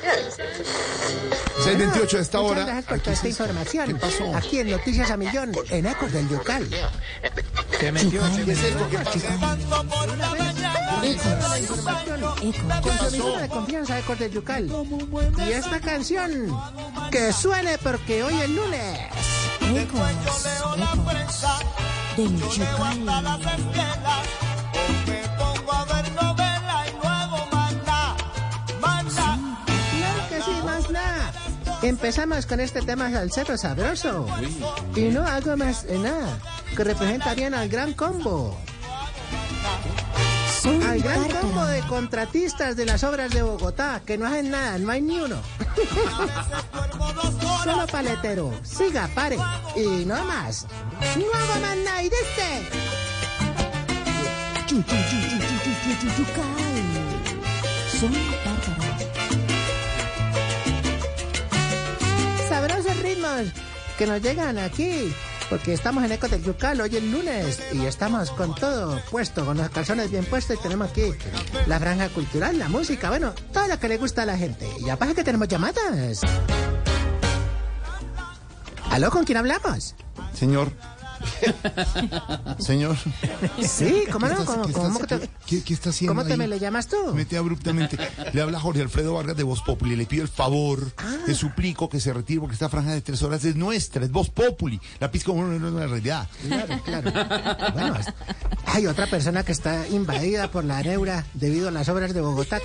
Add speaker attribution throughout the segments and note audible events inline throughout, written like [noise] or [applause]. Speaker 1: 628 a esta
Speaker 2: Ah, Muchas
Speaker 1: hora.
Speaker 2: gracias por toda esta información.
Speaker 1: ¿Qué pasó?
Speaker 2: Aquí en Noticias a Millón, en Ecos del Yucal.
Speaker 1: Es esto que pasa.
Speaker 2: Con su emisora de confianza, Ecos del Yucal. Y esta canción, que suene porque hoy es lunes. Claro que sí, más nada. Empezamos con este tema salsero sabroso. Y no hago más de nada, que representa bien al gran combo. Al gran combo de contratistas de las obras de Bogotá, que no hacen nada, no hay ni uno. Solo paletero, siga, pare, y no más. No hago más nada, y dice... sabrosos ritmos que nos llegan aquí. Porque estamos en Eco del Yucal hoy es lunes y estamos con todo puesto, con los calzones bien puestos y tenemos aquí la franja cultural, la música, bueno, todo lo que le gusta a la gente. Y ya pasa que tenemos llamadas. ¿Aló, con quién hablamos?
Speaker 1: Señor.
Speaker 2: [laughs]
Speaker 1: Señor.
Speaker 2: Sí, ¿cómo
Speaker 1: ¿Qué
Speaker 2: no?
Speaker 1: estás-
Speaker 2: ¿Cómo,
Speaker 1: qué
Speaker 2: cómo
Speaker 1: estás-
Speaker 2: te,
Speaker 1: qué- ¿Qué qué está haciendo
Speaker 2: cómo te
Speaker 1: ahí?
Speaker 2: me le llamas tú?
Speaker 1: Mete
Speaker 2: [laughs]
Speaker 1: abruptamente. Le habla Jorge Alfredo Vargas de Voz Populi. Le pido el favor,
Speaker 2: Ah.
Speaker 1: le suplico que se retire porque esta franja de tres horas es nuestra, es Voz Populi. La pizca uno no es la realidad.
Speaker 2: Claro, claro. Bueno, es- hay otra persona que está invadida por la neura debido a las obras de Bogotá.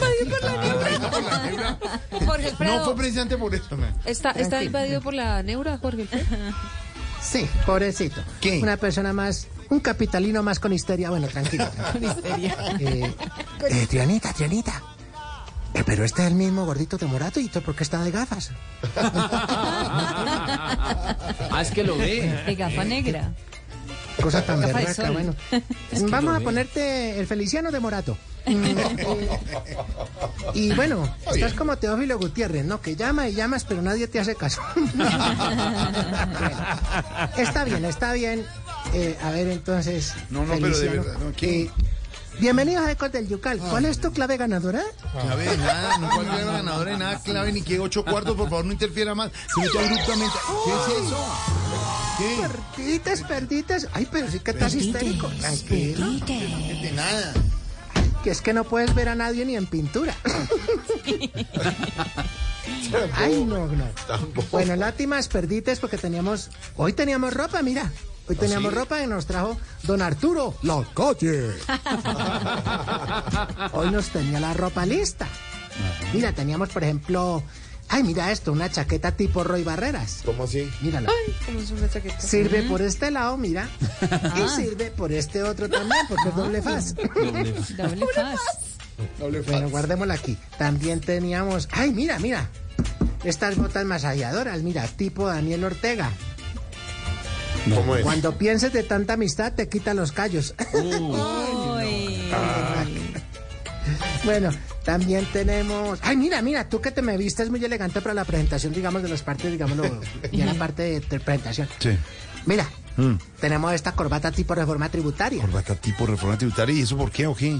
Speaker 3: Jorge Alfredo.
Speaker 1: No fue precisamente por eso. man.
Speaker 3: Está, está invadido por la neura, Jorge Alfredo.
Speaker 2: Sí, pobrecito.
Speaker 1: ¿Qué?
Speaker 2: Una persona más, un capitalino más con histeria. Bueno, [laughs] tranquilo. con histeria. Eh, eh, Trianita, Trianita. Eh, pero este es el mismo gordito de Morato y todo porque está de gafas.
Speaker 4: Ah, es que lo ve.
Speaker 3: De gafa negra.
Speaker 2: Cosa tan
Speaker 3: Gafa de
Speaker 2: berraca,
Speaker 3: sol.
Speaker 2: bueno. Mm, Vamos a ponerte el Feliciano de Morato. Mm, eh, y bueno, estás como Teófilo Gutiérrez, ¿no? Que llama y llamas, pero nadie te hace caso. [laughs] Bueno, está bien, está bien. Eh, a ver, entonces.
Speaker 1: No, no, pero de
Speaker 2: Feliciano.
Speaker 1: verdad, no, Ah. ¿qué?
Speaker 2: Eh, bienvenidos a Ecos del Yucal. ¿Cuál es tu clave ganadora?
Speaker 1: Clave de nada, no cuál clave ganadora de nada, clave ni que ocho cuartos, por favor no interfiera más. Se mete abruptamente. ¿Qué es eso? ¿Qué?
Speaker 2: Perditas, perditas. Ay, pero sí que estás histérico. Tranquilo.
Speaker 1: De nada.
Speaker 2: Que es que no puedes ver a nadie ni en
Speaker 5: [laughs]
Speaker 2: pintura. Ay, no, no. Bueno, látimas perdites porque teníamos. Hoy teníamos ropa, mira.
Speaker 5: ¿Ah,
Speaker 2: Hoy teníamos ropa que nos trajo don Arturo La
Speaker 5: [laughs]
Speaker 2: Calle. Hoy nos tenía la ropa lista. Mira, teníamos, por ejemplo. Ay, mira esto, una chaqueta tipo Roy Barreras.
Speaker 5: ¿Cómo así?
Speaker 2: Mírala.
Speaker 3: Como es una chaqueta.
Speaker 2: Sirve por este lado, mira.
Speaker 5: Ah.
Speaker 2: Y sirve por este otro también, porque es doble faz.
Speaker 3: Doble faz.
Speaker 2: Bueno, guardémosla aquí. También teníamos. ¡Ay, mira, mira! Estas botas masalladoras, mira, tipo Daniel Ortega.
Speaker 5: ¿Cómo es?
Speaker 2: Cuando pienses de tanta amistad, te quita los callos. [laughs]
Speaker 3: Uy.
Speaker 2: bueno, también tenemos. ¡Ay, mira, mira! Tú que te me vistes muy elegante para la presentación, digamos, de los partes, digámoslo, ya la parte de, de presentación.
Speaker 1: Sí.
Speaker 2: Mira, tenemos esta corbata tipo reforma tributaria.
Speaker 1: Corbata tipo reforma tributaria, ¿y eso por qué o qué?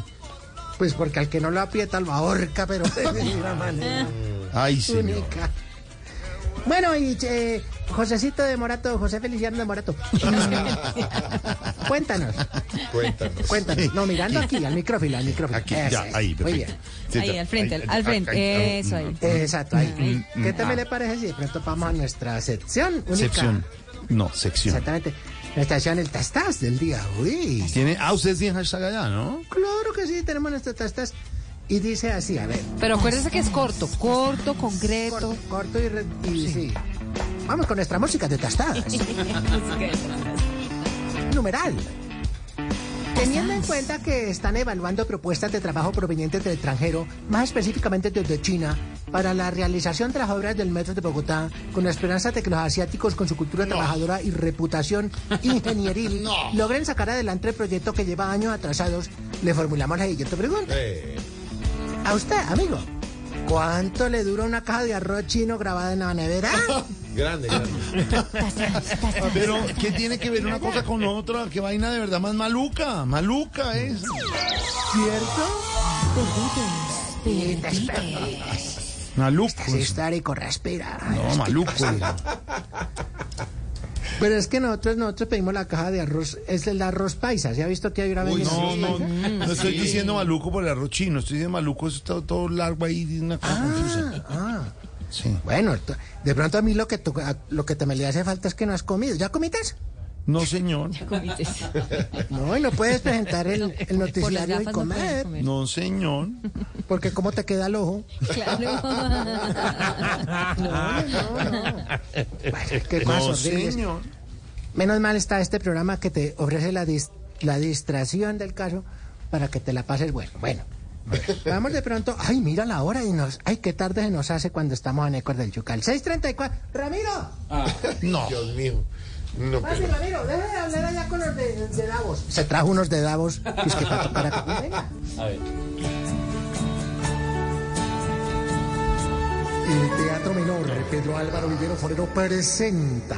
Speaker 2: Pues porque al que no lo aprieta lo ahorca, pero [laughs] de una manera
Speaker 1: Ay, señor.
Speaker 2: única. Bueno, y eh, Josecito de Morato, José Feliciano de
Speaker 1: [laughs]
Speaker 2: Morato. cuéntanos,
Speaker 5: Cuéntanos.
Speaker 2: cuéntanos. No, mirando aquí, al micrófono, al micrófono.
Speaker 1: Aquí,
Speaker 2: Eso
Speaker 1: ya,
Speaker 2: es.
Speaker 1: ahí,
Speaker 2: Muy
Speaker 1: perfecto.
Speaker 2: bien.
Speaker 1: Sí,
Speaker 3: Ahí,
Speaker 1: ya,
Speaker 3: al frente, al- al frente, eso ahí.
Speaker 2: Eh, Exacto, ahí.
Speaker 1: Mm, mm,
Speaker 2: ¿Qué tal
Speaker 1: ah.
Speaker 2: me le parece si de pronto vamos a nuestra sección única?
Speaker 1: Sección. No, sección.
Speaker 2: Exactamente. Nuestra sección, el Tastas del día. Uy.
Speaker 1: Tiene, ah, ustedes tienen hashtag allá, ¿no?
Speaker 2: Claro que sí, tenemos nuestro Tastas. Y dice así, a ver.
Speaker 3: Pero acuérdense que es corto, corto, concreto.
Speaker 2: Corto, corto y, re- y sí. Vamos con nuestra música de Tastas. Numeral. Teniendo en cuenta que están evaluando propuestas de trabajo provenientes del extranjero, más específicamente desde China, para la realización de las obras del metro de Bogotá, con la esperanza de que los asiáticos, con su cultura trabajadora y reputación ingenieril, logren sacar adelante el proyecto que lleva años atrasados, le formulamos la siguiente pregunta.
Speaker 5: Eh,
Speaker 2: A usted, amigo, ¿cuánto le dura una caja de arroz chino grabada en
Speaker 1: [laughs]
Speaker 2: la nevera?
Speaker 5: grande, grande.
Speaker 1: Pero, ¿qué tiene que ver una cosa con otra? Qué vaina de verdad más maluca, maluca es.
Speaker 2: ¿Cierto?
Speaker 1: Maluco.
Speaker 2: Es histórico, respira.
Speaker 1: No, maluco.
Speaker 2: Pero es que nosotros, nosotros pedimos la caja de arroz, es el arroz paisa, ¿se ha visto que hay una
Speaker 1: Uy,
Speaker 2: vez
Speaker 1: no, no, no estoy diciendo maluco por el arroz chino, estoy diciendo maluco, eso está todo largo ahí, una cosa confusa.
Speaker 2: Ah,
Speaker 1: Sí.
Speaker 2: bueno, t- de pronto a mí lo que, to- a- lo que te me le hace falta es que no has comido. ¿Ya comitas?
Speaker 1: No, señor.
Speaker 2: No, y no puedes presentar el, el
Speaker 3: [laughs] Por las
Speaker 2: noticiario y
Speaker 3: gafas no puedes
Speaker 2: comer,
Speaker 3: comer.
Speaker 1: No, señor.
Speaker 2: porque cómo te queda el ojo.
Speaker 3: Claro.
Speaker 2: No, no, no. Bueno, qué cosas
Speaker 1: [laughs] No,
Speaker 2: horribles.
Speaker 1: señor.
Speaker 2: Menos mal está este programa que te ofrece la, dis- la distracción del caso para que te la pases bueno. Bueno, vamos de pronto. Ay, mira la hora y nos. Ay, qué tarde se nos hace cuando estamos en Ecos del Yucal. 6:34. Ramiro,
Speaker 4: Ah.
Speaker 1: No.
Speaker 5: Dios mío. No,
Speaker 2: pase,
Speaker 5: pero.
Speaker 2: Ramiro, deja de hablar allá con los de, de Davos. Se trajo unos de Davos. que es que para,
Speaker 4: [laughs]
Speaker 2: para- venga.
Speaker 4: A ver.
Speaker 2: El Teatro Menor, Pedro Álvaro Vivero Forero presenta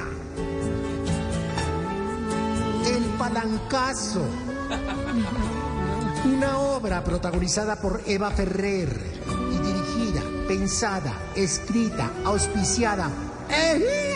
Speaker 2: El Palancazo, una obra protagonizada por Eva Ferrer y dirigida, pensada, escrita, auspiciada, ¡ejía!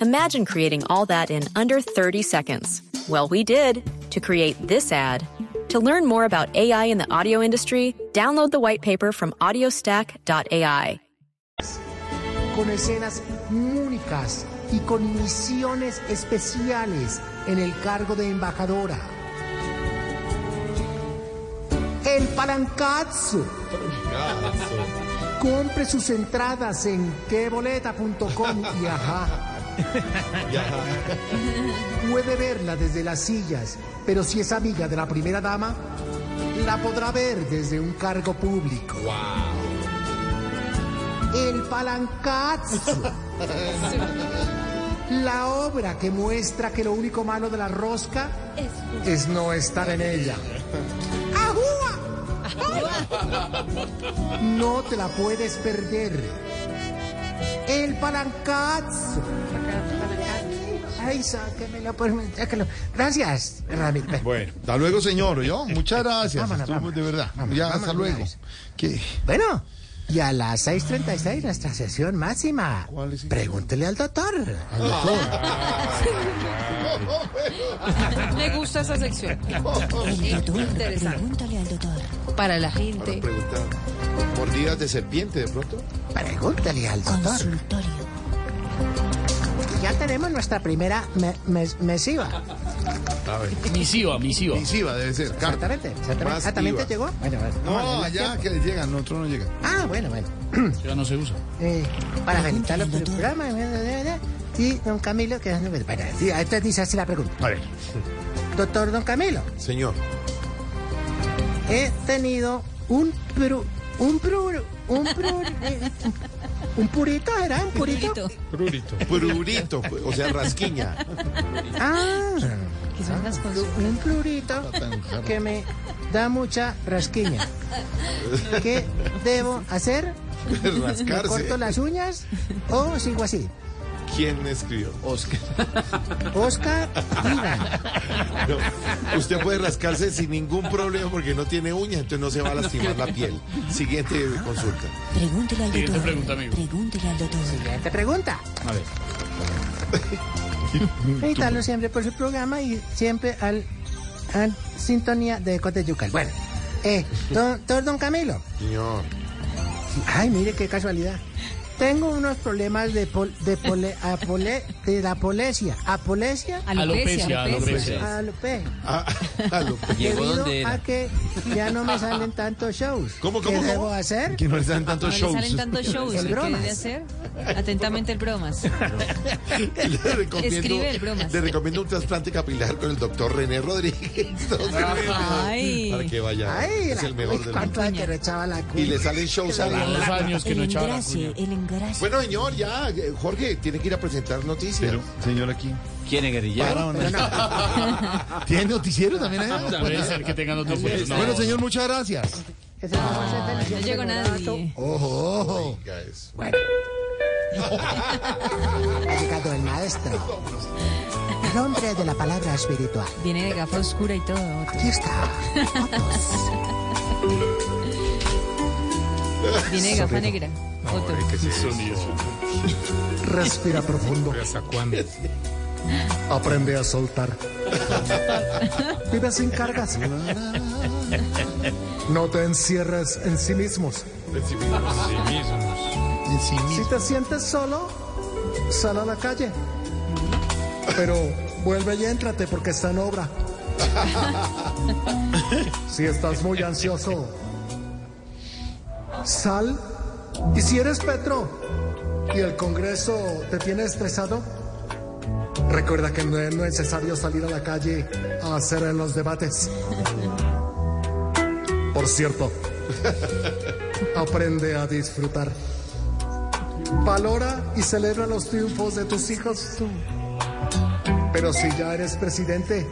Speaker 6: Imagine creating all that in under 30 seconds. Well, we did to create this ad. To learn more about AI in the audio industry, download the white paper from audiostack.ai.
Speaker 2: con escenas únicas y con misiones especiales en el cargo de embajadora. El Palancazo. Compre sus entradas en queboleta.com y ajá. Puede verla desde las sillas, pero si es amiga de la primera dama, la podrá ver desde un cargo público. El Palancazo. La obra que muestra que lo único malo de la rosca es no estar en ella. ¡Ajúa! ¡Ajúa! No te la puedes perder. El Palancazo. Ay, sáquemelo, pues, sáquelo. Gracias, Ramiro.
Speaker 1: Bueno, hasta luego, señor. ¿oyó? Muchas gracias.
Speaker 2: Vámonos,
Speaker 1: Estuvo
Speaker 2: vámonos.
Speaker 1: de verdad.
Speaker 2: Vámonos,
Speaker 1: ya,
Speaker 2: vámonos
Speaker 1: hasta
Speaker 2: de una
Speaker 1: luego.
Speaker 2: vez.
Speaker 1: ¿Qué?
Speaker 2: Bueno, y a las 6.36 nuestra sesión máxima.
Speaker 1: ¿Cuál es?
Speaker 2: Pregúntele al doctor.
Speaker 3: Me gusta esa sección. Interesante.
Speaker 7: Pregúntale al doctor.
Speaker 3: Para la gente.
Speaker 5: Pregunta. ¿Mordidas de serpiente de pronto?
Speaker 2: Pregúntele al doctor.
Speaker 7: Consultorio.
Speaker 2: Ya tenemos nuestra primera me- mes- mesiva.
Speaker 5: A ver.
Speaker 4: Misiva, misiva.
Speaker 1: Misiva debe ser. Carta.
Speaker 2: Exactamente. exactamente.
Speaker 5: Más
Speaker 2: Ah, ¿también
Speaker 5: IVA.
Speaker 2: te llegó? Bueno, bueno.
Speaker 1: No,
Speaker 2: vamos a
Speaker 1: allá
Speaker 2: ver.
Speaker 1: que le llegan, nosotros no llegan.
Speaker 2: Ah, bueno, bueno.
Speaker 4: Ya no se usa.
Speaker 2: Eh, para felicitar los programas. Sí, eh, don Camilo, que bueno, sí, entonces dice así la pregunta.
Speaker 1: A ver.
Speaker 2: Doctor don Camilo,
Speaker 5: Señor.
Speaker 2: he tenido un pru, un pru, un pru, eh, un purito, ¿era? Un purito.
Speaker 5: Prurito. Prurito. O sea, rasquiña.
Speaker 2: Ah.
Speaker 3: Que son las cosas.
Speaker 2: un plurito que me da mucha rasquiña. ¿Qué debo hacer?
Speaker 5: Ah,
Speaker 2: ¿Me corto
Speaker 5: Rascarse.
Speaker 2: las uñas o sigo así?
Speaker 5: ¿Quién escribió? Oscar.
Speaker 2: Oscar, diga.
Speaker 5: No, Usted puede rascarse sin ningún problema porque no tiene uña, entonces no se va a lastimar la piel. Siguiente consulta.
Speaker 7: Pregúntale al
Speaker 4: Siguiente
Speaker 7: doctor.
Speaker 4: pregunta, amigo.
Speaker 7: Pregúntale al doctor.
Speaker 2: Siguiente pregunta.
Speaker 4: A
Speaker 2: [laughs]
Speaker 4: ver.
Speaker 2: Felicitarlo siempre por su programa y siempre al al sintonía de Cote Yucal. Bueno, eh, don, don- don Camilo.
Speaker 5: Señor.
Speaker 2: Ay, mire qué casualidad. Tengo unos problemas de, pol- de, pole- apole- de la polesia. ¿Apolesia?
Speaker 3: Alopecia,
Speaker 7: Alopecia, alopecia.
Speaker 2: Alope.
Speaker 5: Ah, [laughs] a lo-
Speaker 4: Llegó
Speaker 2: Debido
Speaker 4: donde
Speaker 2: a
Speaker 4: era.
Speaker 2: que ya no me
Speaker 4: [laughs]
Speaker 2: salen tantos shows.
Speaker 5: ¿Cómo,
Speaker 2: ¿Qué
Speaker 5: cómo,
Speaker 2: debo
Speaker 5: cómo?
Speaker 2: hacer?
Speaker 5: que no le
Speaker 3: [laughs]
Speaker 5: dan tantos
Speaker 3: No le salen
Speaker 5: shows.
Speaker 3: tantos shows.
Speaker 2: El
Speaker 3: ¿Qué
Speaker 2: bromas.
Speaker 3: debe hacer? Atentamente el bromas.
Speaker 5: Le recomiendo,
Speaker 3: Escribe el bromas.
Speaker 5: le recomiendo un trasplante capilar con el doctor René Rodríguez.
Speaker 3: Ay.
Speaker 5: Para que vaya.
Speaker 2: Ay,
Speaker 5: es
Speaker 2: la-
Speaker 5: el mejor
Speaker 2: uy,
Speaker 5: del
Speaker 2: cuánto de
Speaker 5: mundo.
Speaker 2: que rechaba la cuña.
Speaker 5: Y le salen shows a la...
Speaker 7: Los años que no echaba la cuña.
Speaker 3: el engrase.
Speaker 5: Bueno, señor, ya. eh, Jorge, tiene que ir a presentar noticias.
Speaker 1: señor aquí.
Speaker 4: ¿Quiere guerrillar?
Speaker 1: ¿Tiene noticiero también allá?
Speaker 7: Puede ser que tengan otros no.
Speaker 1: Bueno, señor, muchas gracias.
Speaker 2: Ese no va a
Speaker 4: Ah,
Speaker 2: ser
Speaker 3: No
Speaker 2: feliz,
Speaker 3: llegó
Speaker 2: el
Speaker 3: nadie.
Speaker 1: Ojo.
Speaker 5: Oiga, eso.
Speaker 2: Llegado el maestro. El hombre de la palabra espiritual.
Speaker 3: Viene de gafa oscura y todo. Otto.
Speaker 2: Aquí está.
Speaker 3: Viene de gafa negra. Otto.
Speaker 5: Ay, que sí, sí.
Speaker 2: Respira profundo. Aprende a soltar. Vive sin cargas. No te encierres en sí mismos. Si te sientes solo, sal a la calle. Pero vuelve y éntrate porque está en obra. Si estás muy ansioso, sal. Y si eres Petro y el Congreso te tiene estresado, recuerda que no es necesario salir a la calle a hacer en los debates. Por cierto, [laughs] aprende a disfrutar. Valora y celebra los triunfos de tus hijos. Pero si ya eres presidente,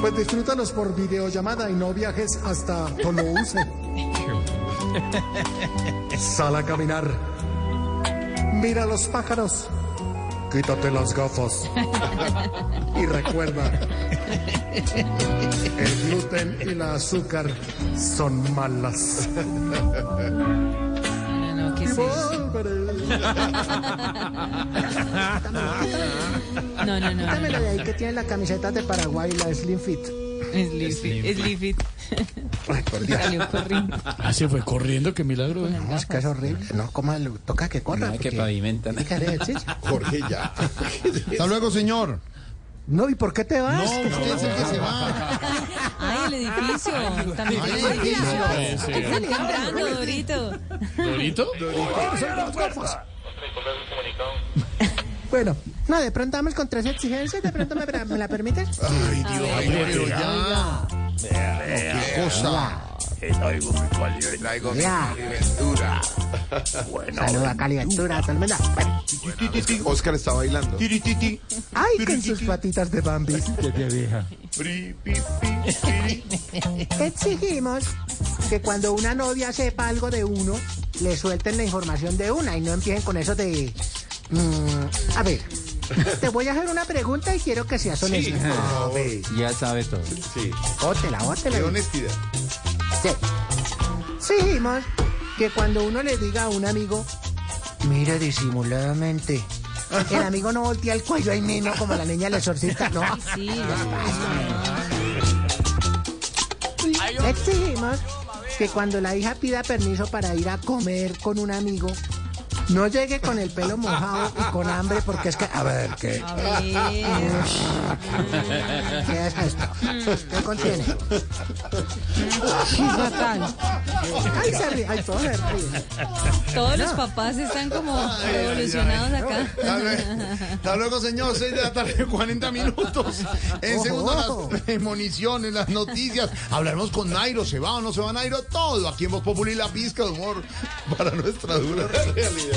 Speaker 2: pues disfrútalos por videollamada y no viajes hasta Toulouse. Sal a caminar. Mira los pájaros. Quítate las gafas. Y recuerda, el gluten y la azúcar son malas.
Speaker 3: No, no, ¿qué es eso? No, no, no.
Speaker 2: Dámelo de ahí que tiene la camiseta de Paraguay, la Slim Fit.
Speaker 3: Es Lifit. Es Lifit. Salió corriendo.
Speaker 7: Ah, se fue corriendo, qué milagro, ¿eh?
Speaker 2: No, es que es horrible. No, como toca que corra.
Speaker 4: Ay, que
Speaker 2: porque-
Speaker 4: pavimentan.
Speaker 2: Fíjate, ejercicio.
Speaker 5: Jorge, ya. [laughs]
Speaker 1: Hasta luego, señor.
Speaker 2: No, ¿y por qué te vas?
Speaker 1: usted es el que se va.
Speaker 3: Ay, el edificio. También el
Speaker 1: Ay,
Speaker 3: edificio.
Speaker 7: Puede ser.
Speaker 3: Están cambiando, Dorito.
Speaker 7: ¿Dorito?
Speaker 2: Bueno, no, de pronto vamos con tres exigencias. De pronto me, me la permites.
Speaker 1: Ay, Dios, pero ya. Qué cosa.
Speaker 2: Ya. Saluda a Cali Ventura, Salmela. Bueno.
Speaker 5: Oscar está bailando.
Speaker 1: Tirititi.
Speaker 2: Ay, con sus patitas de Bambi.
Speaker 5: Pri, pi, pi, piri.
Speaker 2: Exigimos que cuando una novia sepa algo de uno, le suelten la información de una y no empiecen con eso de. mm, a ver, te voy a hacer una pregunta y quiero que seas honesto. [laughs] A ver,
Speaker 4: Ya sabe todo.
Speaker 5: Sí.
Speaker 2: Ótela, ótela.
Speaker 5: Qué honestidad.
Speaker 2: Sí. Exigimos que cuando uno le diga a un amigo, mira disimuladamente. El amigo no voltea el cuello ahí mismo como la niña del exorcista, no.
Speaker 3: Sí.
Speaker 2: Exigimos que cuando la hija pida permiso para ir a comer con un amigo, no llegue con el pelo mojado y con hambre, porque es que, a ver, ¿qué,
Speaker 3: A ver.
Speaker 2: qué es esto? ¿Qué contiene?
Speaker 3: Fatal.
Speaker 2: Ay, se ríe, ay, todo se ríe.
Speaker 3: Todos los papás están como revolucionados acá.
Speaker 1: [laughs] Hasta luego, señor. 6 de la tarde, [laughs] 40 minutos. En
Speaker 2: Ojo,
Speaker 1: segundo,
Speaker 2: ojo.
Speaker 1: las premoniciones, las noticias. Hablaremos con Nairo. ¿Se va o no se va Nairo? Todo aquí en Voz Populi, la pizca de humor para nuestra dura realidad.